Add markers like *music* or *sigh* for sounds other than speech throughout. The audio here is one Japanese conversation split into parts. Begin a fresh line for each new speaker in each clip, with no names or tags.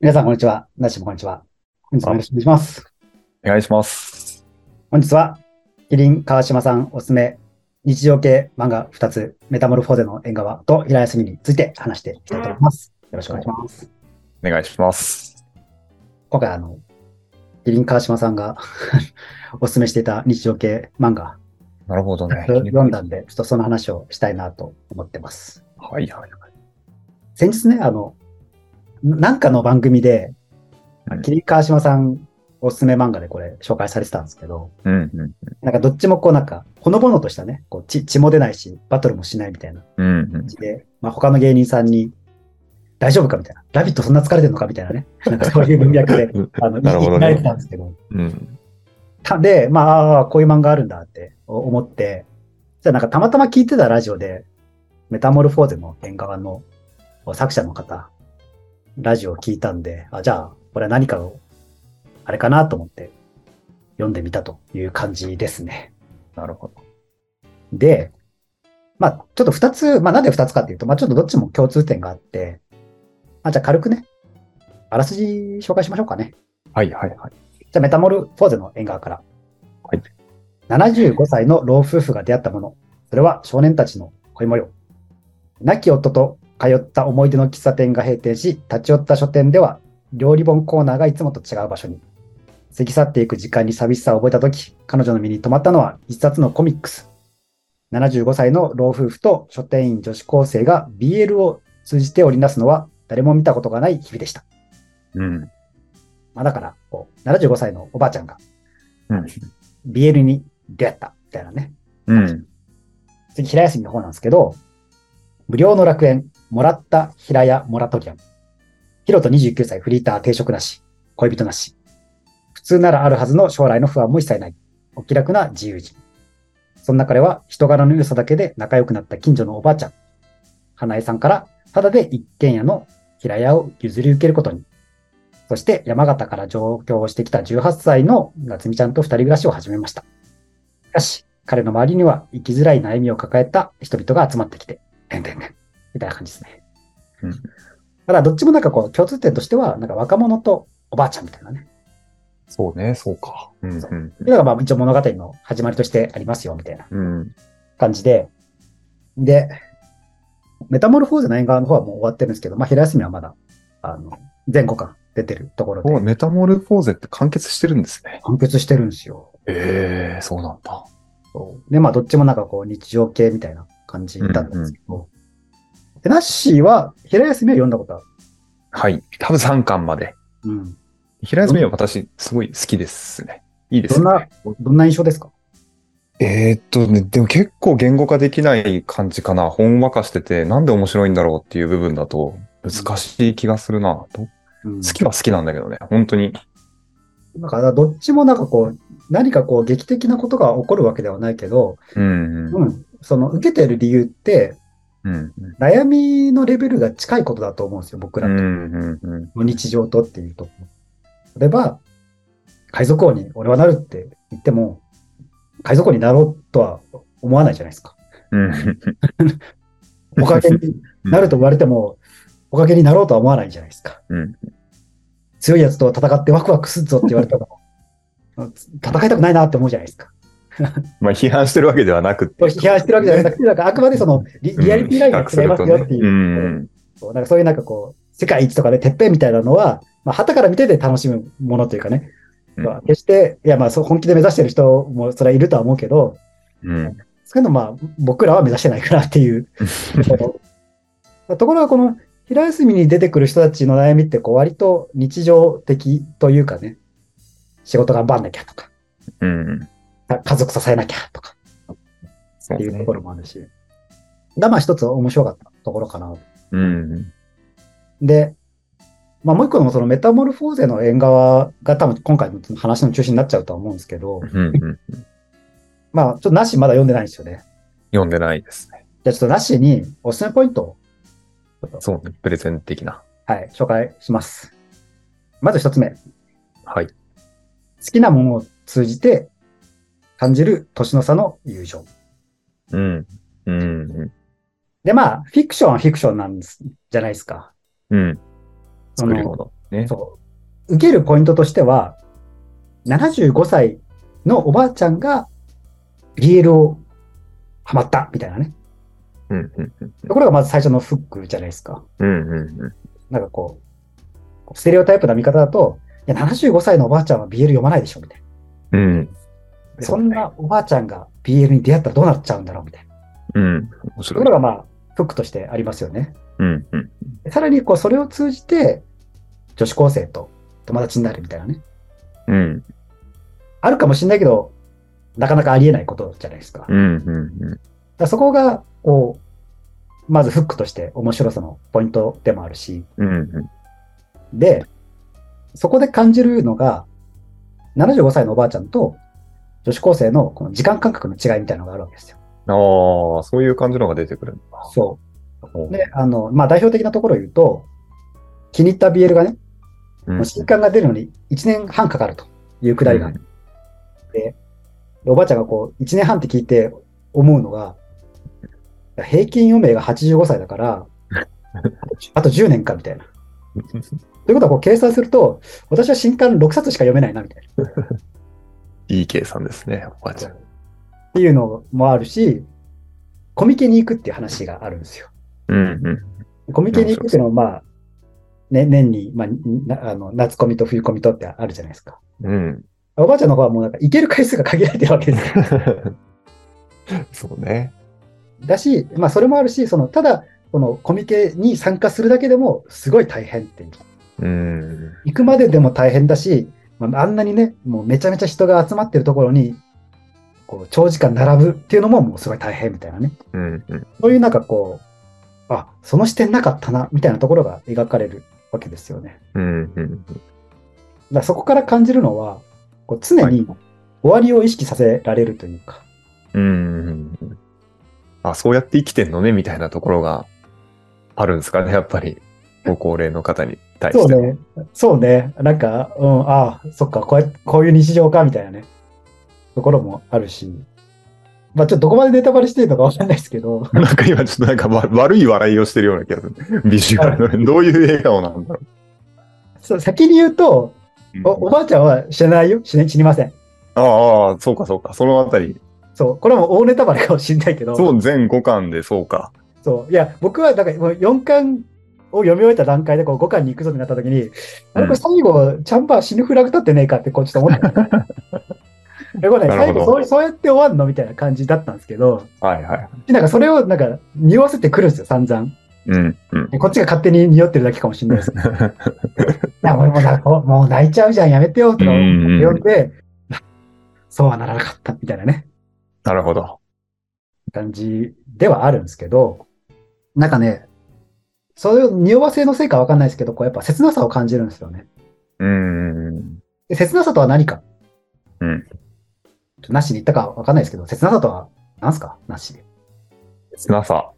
皆さん、こんにちは。なしもこんにちは。本日もよろしくお願いします。
お願いします。
本日は、キリン川島さんおすすめ、日常系漫画2つ、メタモルフォーゼの縁側と平休みについて話していきたいと思います。よろしくお願いします。
お願いします。
今回、あの、キリン川島さんが *laughs* おすすめしていた日常系漫画、
なるほ *laughs* どね。
読んだんで、ちょっとその話をしたいなと思ってます。
はいはいはい。
先日ね、あの、ななんかの番組で
うん、
キリン川島さんおすすめ漫画でこれ紹介されてたんですけど、
うんうん。
なんかどっちもこうなんか、ほのぼのとしたね、こう血血も出ないし、バトルもしないみたいな
うん、
感じで、まあ他の芸人さんに、大丈夫かみたいな。ラビットそんな疲れてるのかみたいなね。なんかそういう文脈で
うん。
あの、
なるほ
言
どね
いられてたんですけど。
うん。
たで、まあああ、こういう漫画あるんだって思って、じゃなんかたまたま聞いてたラジオで、メタモルフォーゼの縁側の作者の方、ラジオを聞いたんで、あ、じゃあ、これは何かを、あれかなと思って、読んでみたという感じですね。
なるほど。
で、まあ、ちょっと二つ、まあ、なんで二つかっていうと、まあ、ちょっとどっちも共通点があって、まあ、じゃあ軽くね、あらすじ紹介しましょうかね。
はいはいはい。
じゃあ、メタモルフォーゼの縁側から。
はい。
75歳の老夫婦が出会ったもの。それは少年たちの恋模様。亡き夫と通った思い出の喫茶店が閉店し、立ち寄った書店では料理本コーナーがいつもと違う場所に。過ぎ去っていく時間に寂しさを覚えたとき、彼女の身に留まったのは一冊のコミックス。75歳の老夫婦と書店員女子高生が BL を通じて織りなすのは誰も見たことがない日々でした。
うん。
まあだから、こう、75歳のおばあちゃんが
うん。
BL に出会った、みたいなね。
うん。
次、平休みの方なんですけど、無料の楽園、もらった平屋モラトリアム。ヒロと29歳フリーター定職なし、恋人なし。普通ならあるはずの将来の不安も一切ない。お気楽な自由人。そんな彼は人柄の良さだけで仲良くなった近所のおばあちゃん。花江さんから、ただで一軒家の平屋を譲り受けることに。そして山形から上京してきた18歳の夏美ちゃんと二人暮らしを始めました。しかし、彼の周りには生きづらい悩みを抱えた人々が集まってきて、てんてんてん、みたいな感じですね。
うん
ただ、どっちもなんかこう、共通点としては、なんか若者とおばあちゃんみたいなね。
そうね、そうか。うんうん。
っていうのが、まあ、一応物語の始まりとしてありますよ、みたいな
うん。
感じで。で、メタモルフォーゼの縁側の方はもう終わってるんですけど、まあ、平休みはまだ、あの、前後巻出てるところ
こう
で、
メタモルフォーゼって完結してるんですね。
完結してるんですよ。
ええそうなんだ。
そうで、まあ、どっちもなんかこう、日常系みたいな感じだったんですけど。で、ナッシーは、平休みは読んだことある。
はい。多分3巻まで。
うん。
平泉は私、すごい好きですね。いいです
どん
ね。
な、どんな印象ですか
えーっとね、でも結構言語化できない感じかな。ほんわかしてて、なんで面白いんだろうっていう部分だと難しい気がするな。と
うん
好。きは好きなんだけどね、本当に。
なんか、どっちもなんかこう、何かこう、劇的なことが起こるわけではないけど、
うん、うん
うん。その、受けてる理由って、
うん、
悩みのレベルが近いことだと思うんですよ、僕
う
らと。
ん、うん、うん。
の日常とっていうと。例えば、海賊王に俺はなるって言っても、海賊王になろうとは思わないじゃないですか。
うん
おかげになると。言われても、おかげになろうとは思わないじゃないですか。
うん
強いやつと戦ってワクワクするぞって言われたら、戦いたくないなって思うじゃないですか。
まあ、批判してるわけではなくて。
批判してるわけじゃなくて、なんかあくまでそのリリアリティラインが違いますよっていうう、
んうん、
そうなんかそういうなんかこう、世界一とかでてっぺんみたいなのは、まあ、旗から見てて楽しむものというかね、
うん
まあ決して、いやまあそう本気で目指してる人もそれはいるとは思うけど、
うん。
そういうのまあ僕らは目指してないからって *laughs* いうところがこの平休みに出てくる人たちの悩みってこう割と日常的というかね、仕事頑張んなきゃとか、
うん。
か家族支えなきゃとか
そ
っていうとこ
ろ。
ろもあるし、がまあ一つ面白かったところかな。
うん。
で、まあもう一個のそのメタモルフォーゼの縁側が多分今回の話の中心になっちゃうとは思うんですけど、
うんうん。
まあちょっとなしまだ読んでないんですよね。
読んでないですね。
じゃあちょっとなしにおすすめポイントを
そうね。プレゼン的な。
はい、紹介します。まず一つ目。好
はい。
きなものを通じて感じる年の差の友情。
うん。うん。
で、まあ、フィクションはフィクションなんですじゃないですか。
うん。
そ
作るも
の
の。ね。
そう。受けるポイントとしては、75歳のおばあちゃんが BL をハマったみたいなね。
うんうんうん。
ところがまず最初のフックじゃないですか。
うんうんうん。
なんかこう、ステレオタイプな見方だと、いや、75歳のおばあちゃんは BL 読まないでしょ、みたいな。
うん。
で
そ
そうん
ね
なおばあちゃんが BL に出会ったらどうなっちゃうんだろう、みたいな。
うん。面
と
白
こ
い
ろ。がまあ、フックとしてありますよね。
うんうん。
でさらに、こう、それを通じて、女子高生と友達になるみたいなね。
うん。
あるかもしれないけど、なかなかありえないことじゃないですか。だか
うんうんうん。
らそこが、こう、まずフックとして面白さのポイントでもあるし、
うんうん。
で、そこで感じるのが、75歳のおばあちゃんと女子高生のこの時間感覚の違いみたいなのがあるわけですよ。
ああ、そういう感じのが出てくるんだ。
そ
お
う。で、あの、まあ、代表的なところを言うと、気に入った BL がね、
うん
新刊が出るのに1年半かかるというくらいがあって、おばあちゃんがこう、1年半って聞いて思うのが、平均余命が85歳だから、あと10年かみたいな。ということはこう計算すると、私は新刊6冊しか読めないなみたいな。
いい計算ですね、おばあちゃん。
っていうのもあるし、コミケに行くっていう話があるんですよ。
うんうん。
コミケに行くっていうのは、まあ、ね、年に、まあな、あの夏コミと冬コミとってあるじゃないですか。
うん。 *laughs*
おばあちゃんの方はもうなんか行ける回数が限られてるわけですよ。
そうね。
だし、まあそれもあるし、その、ただ、このコミケに参加するだけでもすごい大変っていう。
うん。
行くまででも大変だし、まあ、あんなにね、もうめちゃめちゃ人が集まってるところに、こう、長時間並ぶっていうのももうすごい大変みたいなね。
うんうん。
そういうなんかこう、あ、その視点なかったな、みたいなところが描かれるわけですよね。
うんうん。
だからそこから感じるのは、こう常に終わりを意識させられるというか、
うんうん。あ、そうやって生きてんのね、みたいなところがあるんですかね、やっぱり。ご高齢の方に対
そ
し
う
て。
ね、そうね、なんか、うん、ああ、そっかこうや、こういう日常か、みたいなね、ところもあるし、まあちょっとどこまでネタバレしていいのかわかんないですけど、 *laughs*
なんか今ちょっとなんかわ悪い笑いをしてるような気がする。ビジュアルの。どういう笑顔なんだろ
そう先に言うと
う。
お、おばあちゃんは死なないよ、死ね死にません。
ああ、そうかそうか。そのあたり。
そう、これも大ネタバレかもしれないけど、
そう、全5巻でそうか。
そう。いや、僕は、だから、4巻を読み終えた段階で、こう、5巻に行くぞってなった時に、あれ、これ最後、チャンバー死ぬフラグ立ってねえかって、こう、ちょっと思った。
*laughs*
え、これね、
なる
最
ほど
後そう、そうやって終わんのみたいな感じだったんですけど、
はいはい。
なんかそれを、なんか、匂わせてくるんですよ、散々。
うん、うん。
でこっちが勝手に匂ってるだけかもしれ *laughs* ないですけど。いや、もう、もうなこうもう泣いちゃうじゃん、やめてよ、とか
うんうん
呼んで、そうはならなかった、みたいなね。
*laughs* なるほど。
感じではあるんですけど、なんかね、そういう匂わせのせいかわかんないですけど、こうやっぱ切なさを感じるんですよね。
うん。
で切なさとは何か。
うん。
なしに言ったかわかんないですけど、切なさとは何すかなし。
切なさ。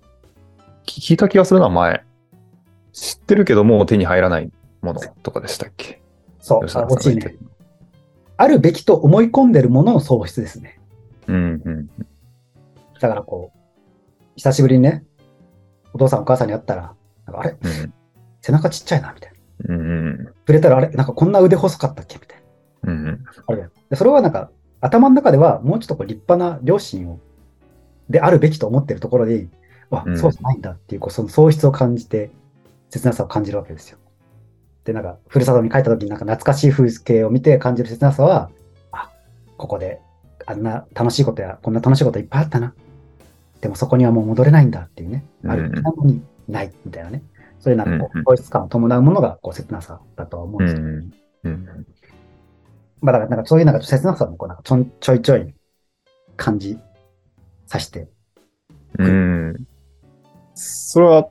聞いた気がするな、前。知ってるけど、もう手に入らないものとかでしたっけ
そう、
吉
あ
田
欲
さ
し
ん
い
が言っ
ね
て。
あるべきと思い込んでるものの喪失ですね。
うん、うん。
だからこう、久しぶりにね、お父さんお母さんに会ったら、なんかあれ
うん
背中ちっちゃいな、みたいな。
うん。
触れたらあれなんかこんな腕細かったっけみたいな。
うん。
あるじゃんでそれはなんか、頭の中ではもうちょっとこう立派な両親を、であるべきと思ってるところで、あ
う、ん
そうじゃないんだっていう、こう、その喪失を感じて、切なさを感じるわけですよ。で、なんか、ふるさとに帰った時になんか懐かしい風景を見て感じる切なさは、あ、ここで、あんな楽しいことや、こんな楽しいこといっぱいあったな。でもそこにはもう戻れないんだっていうね。
うん
あるべきなのにないみたいなね。そういうなんかこ
うん
う、
うん
喪失感を伴うものが、こう、切なさだとは思うん
うん
ですけど。
うん。
まあだからなんかそういうなんか切なさもこうなんかちょんちょいちょい感じさして。
うん。それは、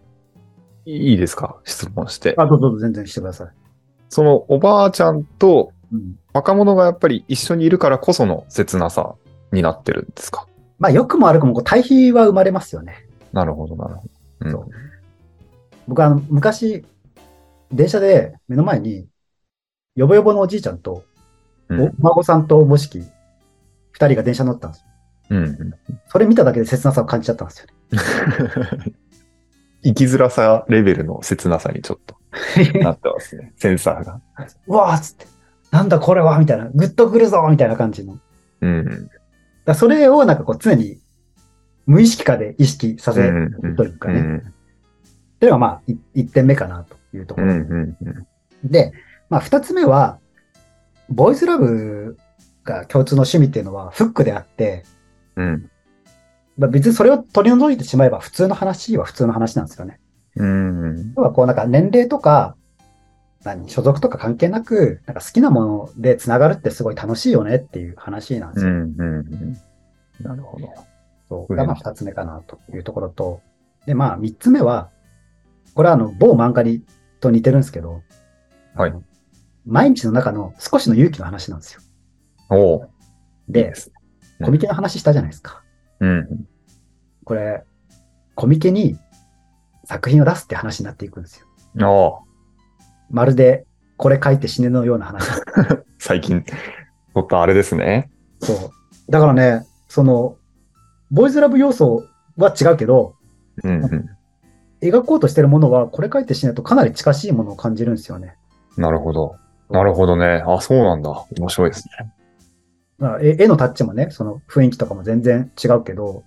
いいですか質問して。
あ、どうぞどうぞ全然してください。
その、おばあちゃんと
うん、
若者がやっぱり一緒にいるからこその切なさになってるんですか
まあ良くも悪くもこう対比は生まれますよね。
なるほど、なるほど。
そう僕はあの昔、電車で目の前に、よぼよぼのおじいちゃんと、
うん。
お孫さんとおぼしき、二人が電車に乗ったんですよ。
うん。うん
それ見ただけで切なさを感じちゃったんですよね。
生きづらさレベルの切なさにちょっ
*laughs*
となってますね。センサーが。
うわーっつって、なんだこれはみたいな、グッとくるぞみたいな感じの。だか
うん。
らそれをなんかこう常に無意識化で意識させるというかね。
うん
っていうのがまあい一点目かなというとこ
う
ろ。
んうんうん
で、まあ二つ目は、ボーイズラブが共通の趣味っていうのはフックであって、
うん
まあ、別にそれを取り除いてしまえば普通の話は普通の話なんですよね。
うん
要はこうなんか年齢とか、何、所属とか関係なく、なんか好きなもので繋がるってすごい楽しいよねっていう話なんで
う
すよ。
んうんなるほど。
そうがまあ二つ目かなというところと、でまあ三つ目は、これはあの某漫画にと似てるんですけど、
はい
あの。毎日の中の少しの勇気の話なんですよ。
おういい
で
で、す。
コミケの話したじゃないですか。
うん。
これ、コミケに作品を出すって話になっていくんですよ。
ああ、
まるで、これ書いて死ねのような話。
*laughs* 最近、撮ったあれですね。
そう。だからね、その、ボーイズラブ要素は違うけど、
うんう
描こうとしてるものは、これ書いて死ねとかなり近しいものを感じるんですよね。
ん。なるほど。なるほどね。あ、そうなんだ。面白いですね。
まあ絵絵のタッチもね、その雰囲気とかも全然違うけど、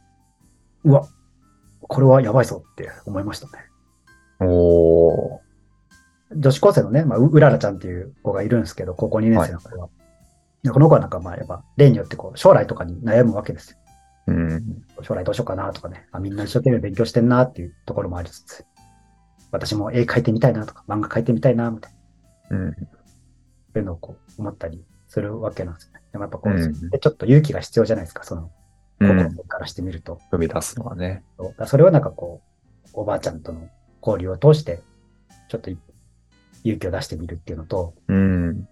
うわ、これはやばいぞって思いましたね。
おお。
女子高生のね、まあ、ううららちゃんっていう子がいるんですけど、高校2年生の子が。でこの子はなんかまあやっぱ例によってこう将来とかに悩むわけですよ。
うん。
将来どうしようかなとかね。あみんな一生懸命勉強してんなっていうところもありつつ。私も絵描いてみたいなとか、漫画描いてみたいなみたいな、
うん。
そういうのをこう思ったりするわけなんですよね。でもやっぱこう、
うん
でちょっと勇気が必要じゃないですか、その高
う
校
ん。
生からしてみると。
踏み出すのはね。
そうだからそれをなんかこう、おばあちゃんとの交流を通して、ちょっと一歩勇気を出してみるっていうのと、
うん。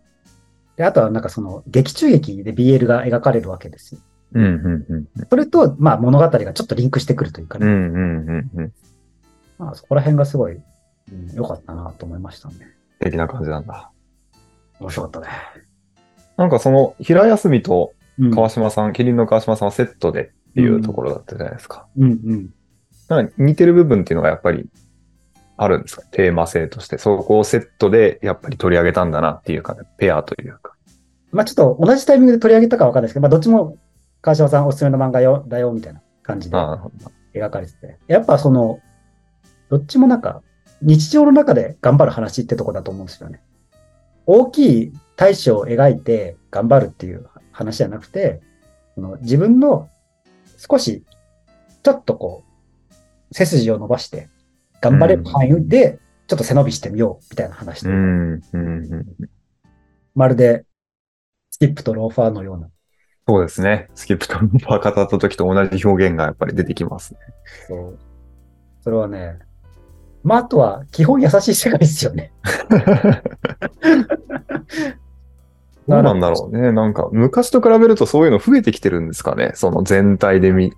で、あとはなんかその劇中劇で BL が描かれるわけですよ。
うんうんうん。
それと、まあ物語がちょっとリンクしてくるというか
う
ね、
んうんうんうん。
まあそこら辺がすごいうん良かったなと思いましたね。
的な感じなんだ。
面白かったね。
なんかその、平休みと
うん、
川島さん、キリンの川島さんはセットでっていうところだったじゃないですか。
うんうん。
なんか似てる部分っていうのがやっぱりあるんですかテーマ性として。そこをセットでやっぱり取り上げたんだなっていうか、ペアというか。
まあちょっと同じタイミングで取り上げたかはわかんないですけど、まあどっちも川島さんおすすめの漫画よだよみたいな感じで
ああ
描かれてて。やっぱその、どっちもなんか日常の中で頑張る話ってとこだと思うんですよね。大きい大志を描いて頑張るっていう話じゃなくて、その自分の少し、ちょっとこう、背筋を伸ばして、頑張れる範囲で、ちょっと背伸びしてみようみたいな話
う
で、
ん、うん、うん。
まるで、スキップとローファーのような、
そうですね。スキップとルーパー語った時と同じ表現がやっぱり出てきますね。
そう。それはね、まあ、あとは、基本優しい世界ですよね。
*laughs* どうなんだろうね。なんか、昔と比べるとそういうの増えてきてるんですかね。その全体で見、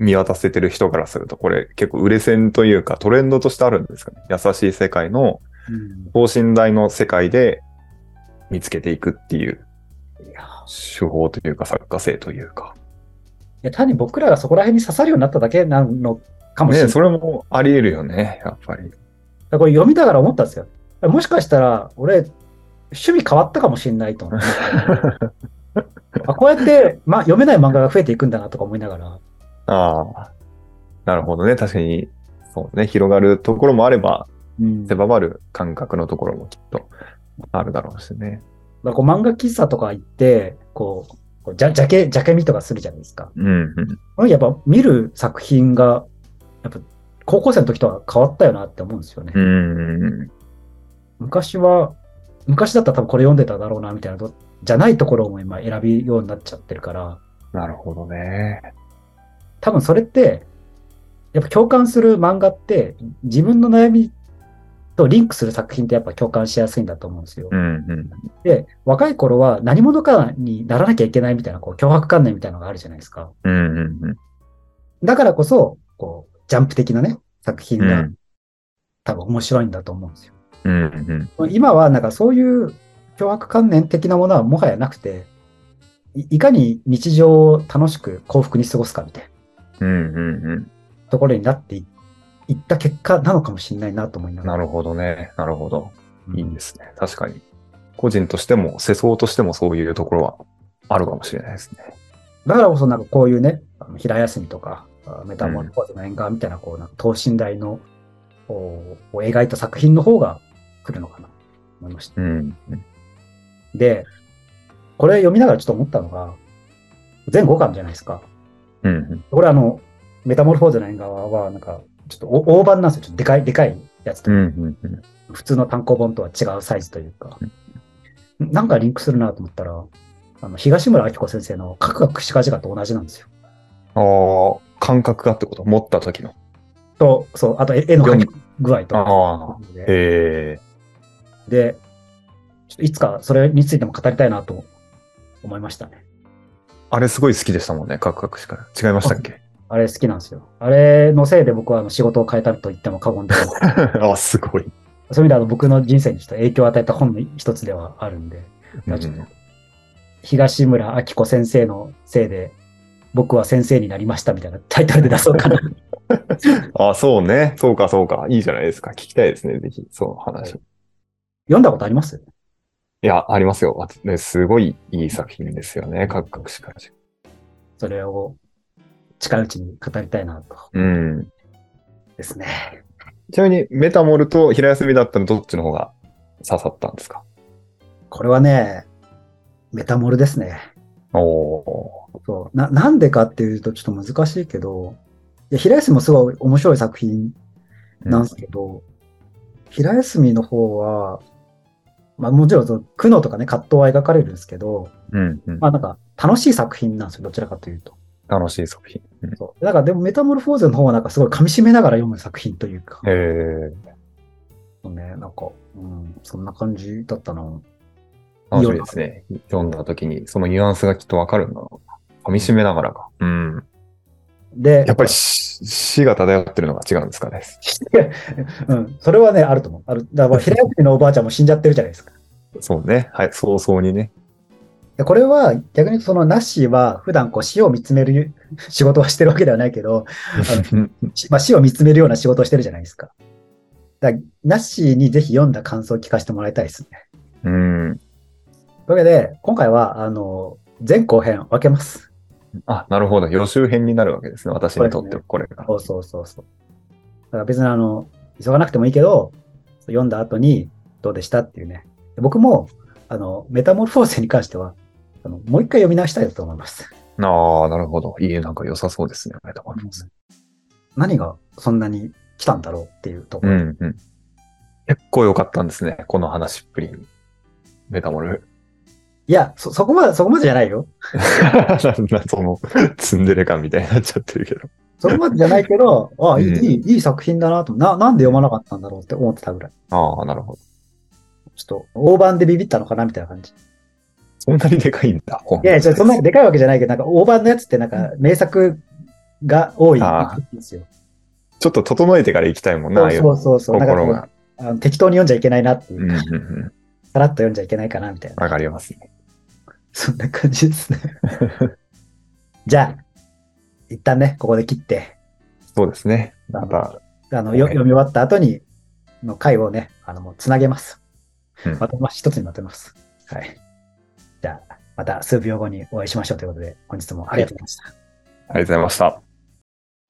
見渡せてる人からすると、これ結構売れ線というかトレンドとしてあるんですかね。優しい世界の
うん
等身大の世界で見つけていくっていう
いや
手法というか作家性というか。
いや単に僕らがそこら辺に刺さるようになっただけなのかもしれ
ね
ない。
それもあり得るよね、やっぱり。
だからこれ読みながら思ったんですよ。もしかしたら、俺、趣味変わったかもしれない
*laughs*
と思って。あこうやって、ま、読めない漫画が増えていくんだなとか思いながら。
ああ。なるほどね。確かに、そうね。広がるところもあれば、
うん、だか
狭まる感覚のところもきっとあるだろうしね。
らこう漫画喫茶とか行って、こう、こうじゃ、じゃけ、じゃけ見とかするじゃないですか。
うん、うん。
やっぱ見る作品が、やっぱ高校生の時とは変わったよなって思うんですよね。
うんうん。
昔は、昔だったら多分これ読んでただろうなみたいなと、じゃないところも今選びようになっちゃってるから、
なるほどね。
多分それって、やっぱ共感する漫画って、自分の悩みとリンクする作品ってやっぱ共感しやすいんだと思うんですよ
う。んうん。
で、若い頃は何者かにならなきゃいけないみたいな、こう、脅迫観念みたいなのがあるじゃないですか。
うんうんうん。
だからこそ、こう、ジャンプ的なね、作品
う
が
ん
多分面白いんだと思うんですよ。
うんうん。
今はなんかそういう脅迫観念的なものはもはやなくて、いいかに日常を楽しく幸福に過ごすかみたいな
うんうんうん。
ところになっていっいった結果なのかもしれないなと思いなが
な
ら。
るほどね。なるほど。いい
うん
ですね。確かに。個人としても、世相としてもそういうところはあるかもしれないですね。
だからこそなんかこういうね、あの平休みとか、あメタモルフォーゼの縁側みたいな、こう、なんか等身大のおを描いた作品の方が来るのかなと思いました。
うん。
で、これ読みながらちょっと思ったのが、全5巻じゃないですか。
うん。
これあの、メタモルフォーゼの縁側は、なんか、ちょっとお大判なんですよ。ちょっとでかい、でかいやつと
う
い
ん。う。
うん
うん
か普通の単行本とは違うサイズというか、なんかリンクするなと思ったら、あの、東村明子先生のカクカクしかじかと同じなんですよ。
ああ、感覚がってこと持った時の。
と、そう、あと絵絵の描き具合とか。
ああ。
で
へえ。
で、ちょっといつかそれについても語りたいなと思いましたね。
あれすごい好きでしたもんね。カクカクしか。違いましたっけ
あれ好きなんですよ。あれのせいで僕はあの仕事を変えたと言っても過言ではない。*laughs*
*laughs* あすごい。
そういう意味では僕の人生にちょっと影響を与えた本の一つではあるんで、
うん
ちょっと東村明子先生のせいで僕は先生になりましたみたいなタイトルで出そう *laughs* かな。
あそうね。そうか、そうか。いいじゃないですか。聞きたいですね。ぜひ、その話。い、
読んだことあります
や、ありますよ。あねすごいいい作品ですよね。カクカクしか。
それを近いうちに語りたいなと。
うん。
ですね。
ちなみに、メタモルと平休みだったのどっちの方が刺さったんですか
これはね、メタモルですね。
おお
そうななんでかっていうとちょっと難しいけど、いや平休みもすごい面白い作品
ー。
なんですけど、平休みの方は、まあもちろんその苦悩とかね、葛藤は描かれるんですけど、
うん、うん。
まあなんか楽しい作品なんですよ、どちらかというと。
楽しい作品。うん
そうなんかでもメタモルフォーゼの方はなんかすごい噛み締めながら読む作品というか、
へえ。
そうね、なんか、うん、そんな感じだったな。
楽しみですね。読んだ時に、そのニュアンスがきっとわかるんだろうな。噛み締めながらか。うん。
で、
やっぱりし死が漂ってるのが違うんですかね。
うん、それはね、あると思う。あるだから平休みのおばあちゃんも死んじゃってるじゃないですか。
そうね。はい。早々にね。
でこれは逆に言うとそのナッシーは普段こう死を見つめる *laughs* 仕事はしてるわけではないけど、しまあ、死を見つめるような仕事をしてるじゃないですか。だからナッシーにぜひ読んだ感想を聞かせてもらいたいですね。
*laughs* うん。
というわけで、今回はあの前後編分けます。
あ、なるほど。予習編になるわけですね。私にとってはこれが。
そうそうそうそう。だから別にあの、急がなくてもいいけど、読んだ後にどうでしたっていうね。で僕も、あの、メタモルフォーゼに関しては、あのもう一回読み直したいと思います。
*laughs* ああ、なるほど。いいえ、なんか良さそうですね。メタモルフォーゼ
何がそんなに来たんだろうっていうとこ
う
ろ。
んうん。結構良かったんですね。この話っぷりに。メタモル。 *laughs*
いや、そ、そこまで、そこまでじゃないよ。
なんだ、その、ツンデレ感みたいになっちゃってるけど。
そこまでじゃないけ
*laughs*
ど、あ、いい、
うん
いい、いい作品だなと、な、なんで読まなかったんだろうって思ってたぐらい。
ああ、なるほど。
ちょっと、大判でビビったのかなみたいな感じ。い
そんなにでかいんだ、本
やいや、ちょそんなでかいわけじゃないけど、なんか大判のやつってなんか名作が多いんですよ。
ちょっと整えてから行きたいもんな、
そ
あ
う
あいう
そうそうそう。なんか
心
こ
が
う。あの適当に読んじゃいけないなっていうう、
んうんうん。
さらっと読んじゃいけないかなみたいな。
わかりますね。
そんな感じですね。 *laughs* じゃあ、一旦ね、ここで切って、
そうですね。また、
あの、よ
はい
読み終わった後に、の回をね、あの、もうつなげます。
うん
まとめます。一つにまとめます。はい。じゃあ、また数秒後にお会いしましょうということで、本日もありがとうございました。
ありがとうございました。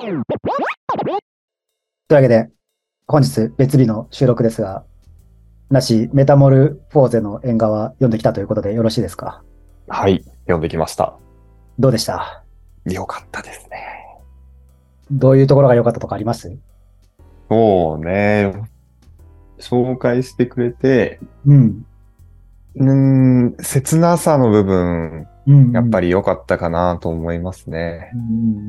というわけで、本日別日の収録ですが、なし、メタモルフォーゼの縁側読んできたということでよろしいですか
はい。読んできました。
どうでした
よかったですね。
どういうところが良かったとかあります
そうね。紹介してくれて、
うん。
うーん、切なさの部分、
うん。
やっぱ
り。
り良かったかなと思いますね。
う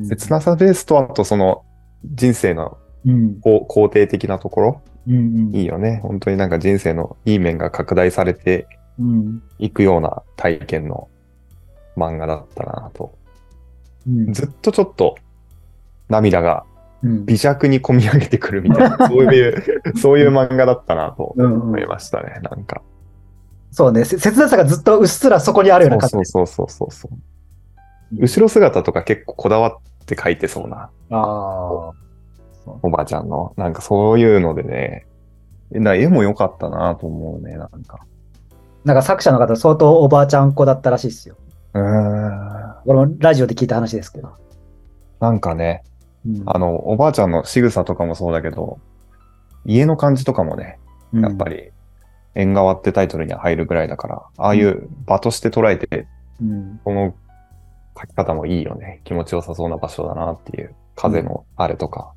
ん。
切なさベースと、あとその人生の
うん。
こう肯定的なところ、
うん。
いいよね。本当になんか人生のいい面が拡大されて
うん。
いくような体験の漫画だったなと。
うん。
ずっとちょっと涙が
うん。
微弱に込み上げてくるみたいな、そう *laughs* いう、そういう漫画だったなと
うん
思いましたね。なんか。
そうね、せ切なさがずっとうっすらそこにあるような感じ
そうそうそうそうそう。後ろ姿とか結構こだわって書いてそうな
ああ。
おばあちゃんの。なんかそういうのでね、な絵も良かったなと思うね、なんか。
なんか作者の方相当おばあちゃん子だったらしいですよ。
うーん。
これもラジオで聞いた話ですけど。
なんかね、
うん
あの、おばあちゃんの仕草とかもそうだけど、家の感じとかもね、やっぱ。り、縁側ってタイトルに入るぐらいだから、ああいう場として捉えて、
うんうん
この書き方もいいよね。気持ちよさそうな場所だなっていう、風のあれとか。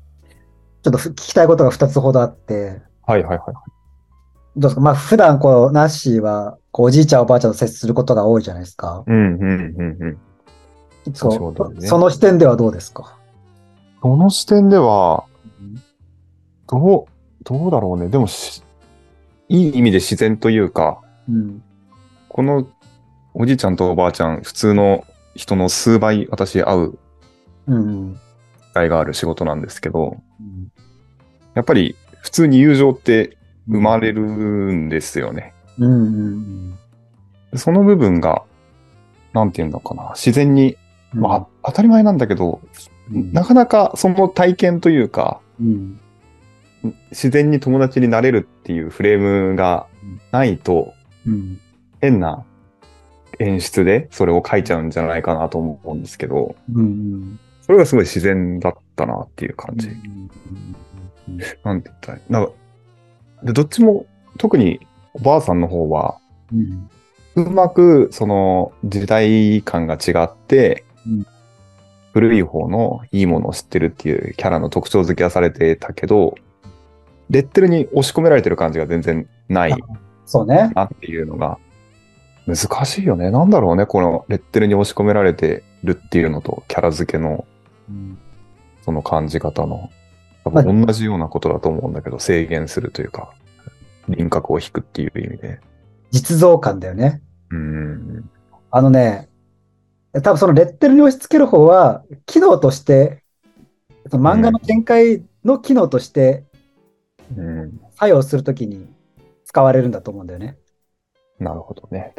ちょっとふ聞きたいことが2つほどあって、
はいはいはい。
どうですかまあ普段こう、ナッシーは、こう、おじいちゃんおばあちゃんと接することが多いじゃないですか。
うんうんうんうん。
そう
そうだよね
その視点ではどうですか
その視点では、どう、どうだろうね。でもし、いい意味で自然というか、
うん。
このおじいちゃんとおばあちゃん、普通の人の数倍私会う
うん。
機会がある仕事なんですけど、
うん
やっぱり普通に友情って生まれるんですよね。
うんうん
その部分が、なんていうのかな、自然に、
うん。
まあ当たり前なんだけど、
うん
なかなかその体験というか、
うん
自然に友達になれるっていうフレームがないと、
うん
変な演出でそれを書いちゃうんじゃないかなと思うんですけど、
うんうん
それがすごい自然だったなっていう感じ。
うん
なんて言ったらいいなんかで、どっちも、特におばあさんの方は、
うん
うまくその時代感が違って、
うん
古い方のいいものを知ってるっていうキャラの特徴付けはされてたけど、レッテルに押し込められてる感じが全然ない
そうね。
なっていうのが難しいよね。なんだろうね、このレッテルに押し込められてるっていうのとキャラ付けの
うん
その感じ方の多
ま
分同じようなことだと思うんだけど制限するというか輪郭を引くっていう意味で。
実像感だよね。
うん。
あのね、多分そのレッテルに押し付ける方は、機能として、その漫画の展開の機能として
うん、
作用するときに使われるんだと思うんだよね。
なるほどね。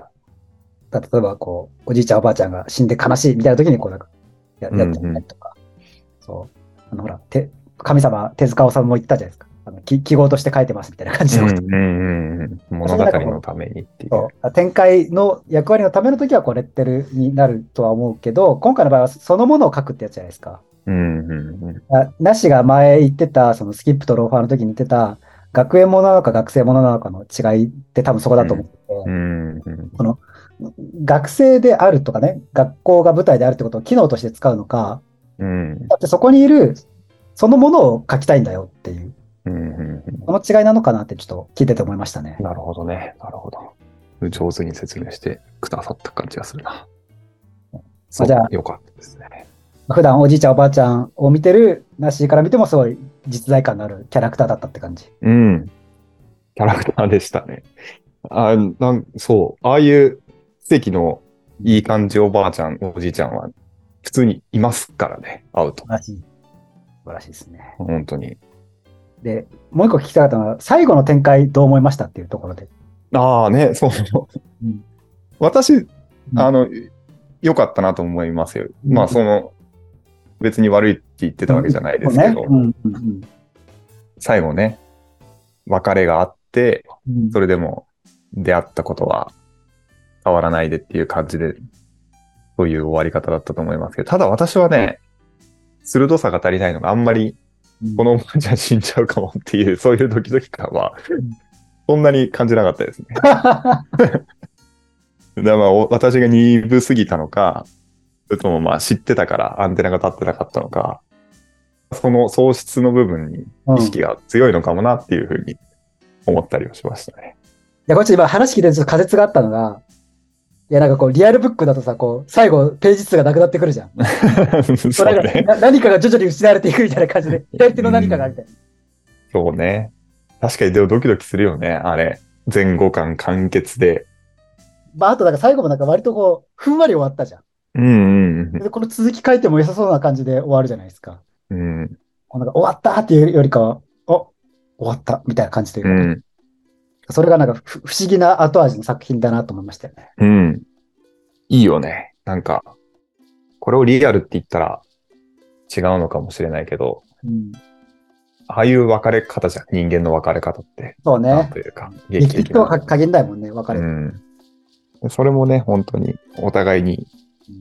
だ例えば、こう、おじいちゃんおばあちゃんが死んで悲しいみたいなときに、こう、なんか、や
うんう
や
ん
っちゃったりとか。そう。あの、ほら、て神様、手塚治虫も言ったじゃないですか。あのき記号として書いてますみたいな感じ
う
の
んう
こと。
んうんうん、物語のためにっていう。
そう展開の役割のための時はこうレッテルになるとは思うけど今回の場合はそのものを書くってやつじゃないですか。
うんうんうん
あなしが前言ってたそのスキップとローファーの時に言ってた学園ものなのか学生ものなのかの違いって多分そこだと思ってて、
うんうん
学生であるとかね学校が舞台であるってことを機能として使うのか
うん
だってそこにいるそのものを書きたいんだよっていう
うんうん
この違いなのかなってちょっと聞いてて思いましたね。
なるほどね。なるほど。上手に説明してくださった感じがするな。そう
じゃあ
よかったですね。
普段おじいちゃんおばあちゃんを見てるなしから見てもすごい実在感のあるキャラクターだったって感じ。
うん。キャラクターでしたね。あなんそう。ああいう奇跡のいい感じおばあちゃん、おじいちゃんは普通にいますからね。会う
素。
と
晴らしい。素晴らしいですね。
本当に。
で、もう一個聞きたかったのは、最後の展開どう思いましたっていうところで。
ああね、そうそう。
うん
私、あの、良かったなと思いますよ。まあ、その、別に悪いって言ってたわけじゃないですけ
そう
ど。
ねうんうん
最後ね、別れがあって、
うん
それでも出会ったことは変わらないでっていう感じで、そういう終わり方だったと思いますけど、ただ私はね、鋭さが足りないのがあんまり、
うん *laughs*
このおばあちゃん死んじゃうかもっていう、そういうドキドキ感は
うん、
そんなに感じなかったですね。だからまあお私が鈍すぎたのか、それともまあ知ってたからアンテナが立ってなかったのか、その喪失の部分に意識
い
が強いのかもなっていうふうに思ったりはしました
*laughs*
ね。
や、こっち今話聞いてちょっと仮説があったのが、いや、なんかこう、リアルブックだとさ、こう、最後、ページ数がなくなってくるじゃん。
そ
れ
う
が
ね。
な何かが徐々に失われていくみたいな感じで、左手の何かがみたいな。
そうね。確かにでもドキドキするよね。あれ。前後感完結で。
まあ、あと、なんか最後もなんか割とこう、ふんわり終わったじゃん。
うんうん
で、この続き書いても良さそうな感じで終わるじゃないですか。
うん。うん。
こうなんか終わったっていうよりかは、お終わったみたいな感じというか
う、ん。
それがなんかふ不思議な後味の作品だなと思いましたよね。
うん。いいよね。なんか、これをリアルって言ったら違うのかもしれないけど、
うん、
ああいう別れ方じゃん。人間の別れ方って。
そう
なん
ね。
というか、
生き
劇
生き
的
と
な。
は加減だもんね、別れ。
うん、それもね、本当にお互いに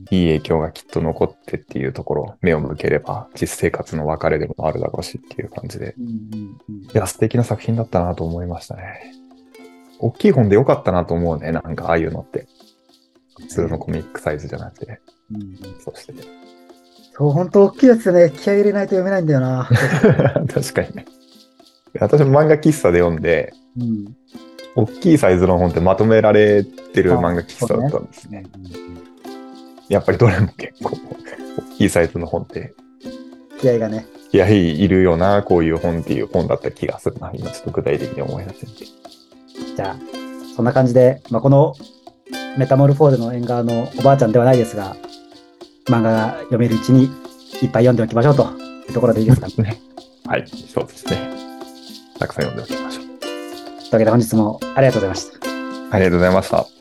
いい影響がきっと残ってっていうところ、目を向ければ、実生活の別れでもあるだろうしっていう感じで。
うんうんうん
いや、素敵な作品だったなと思いましたね。大きい本でよかったなと思うね、なんかああいうのって。普通のコミックサイズじゃなくて。
うんうん
そして。 *laughs*
そう、本当大きいやつね、気合い入れないと読めないんだよ
*laughs*
な。
確かにね。私も漫画喫茶で読んで、
うん。
大きいサイズの本ってまとめられてる漫画喫茶だったんですね。やっぱりどれも結構、大きいサイズの本って、
気合がね。
いや、いるよな、こういう本っていう本だった気がするな。今ちょっと具体的に思い出せて。
じゃあ、そんな感じで、まあ、このメタモルフォーゼの縁側のおばあちゃんではないですが、漫画が読めるうちにいっぱい読んでおきましょうというところでいいですか。という
はい、そうですね。たくさん読んでおきましょう。
わけで本日もありがとうございました。
ありがとうございました。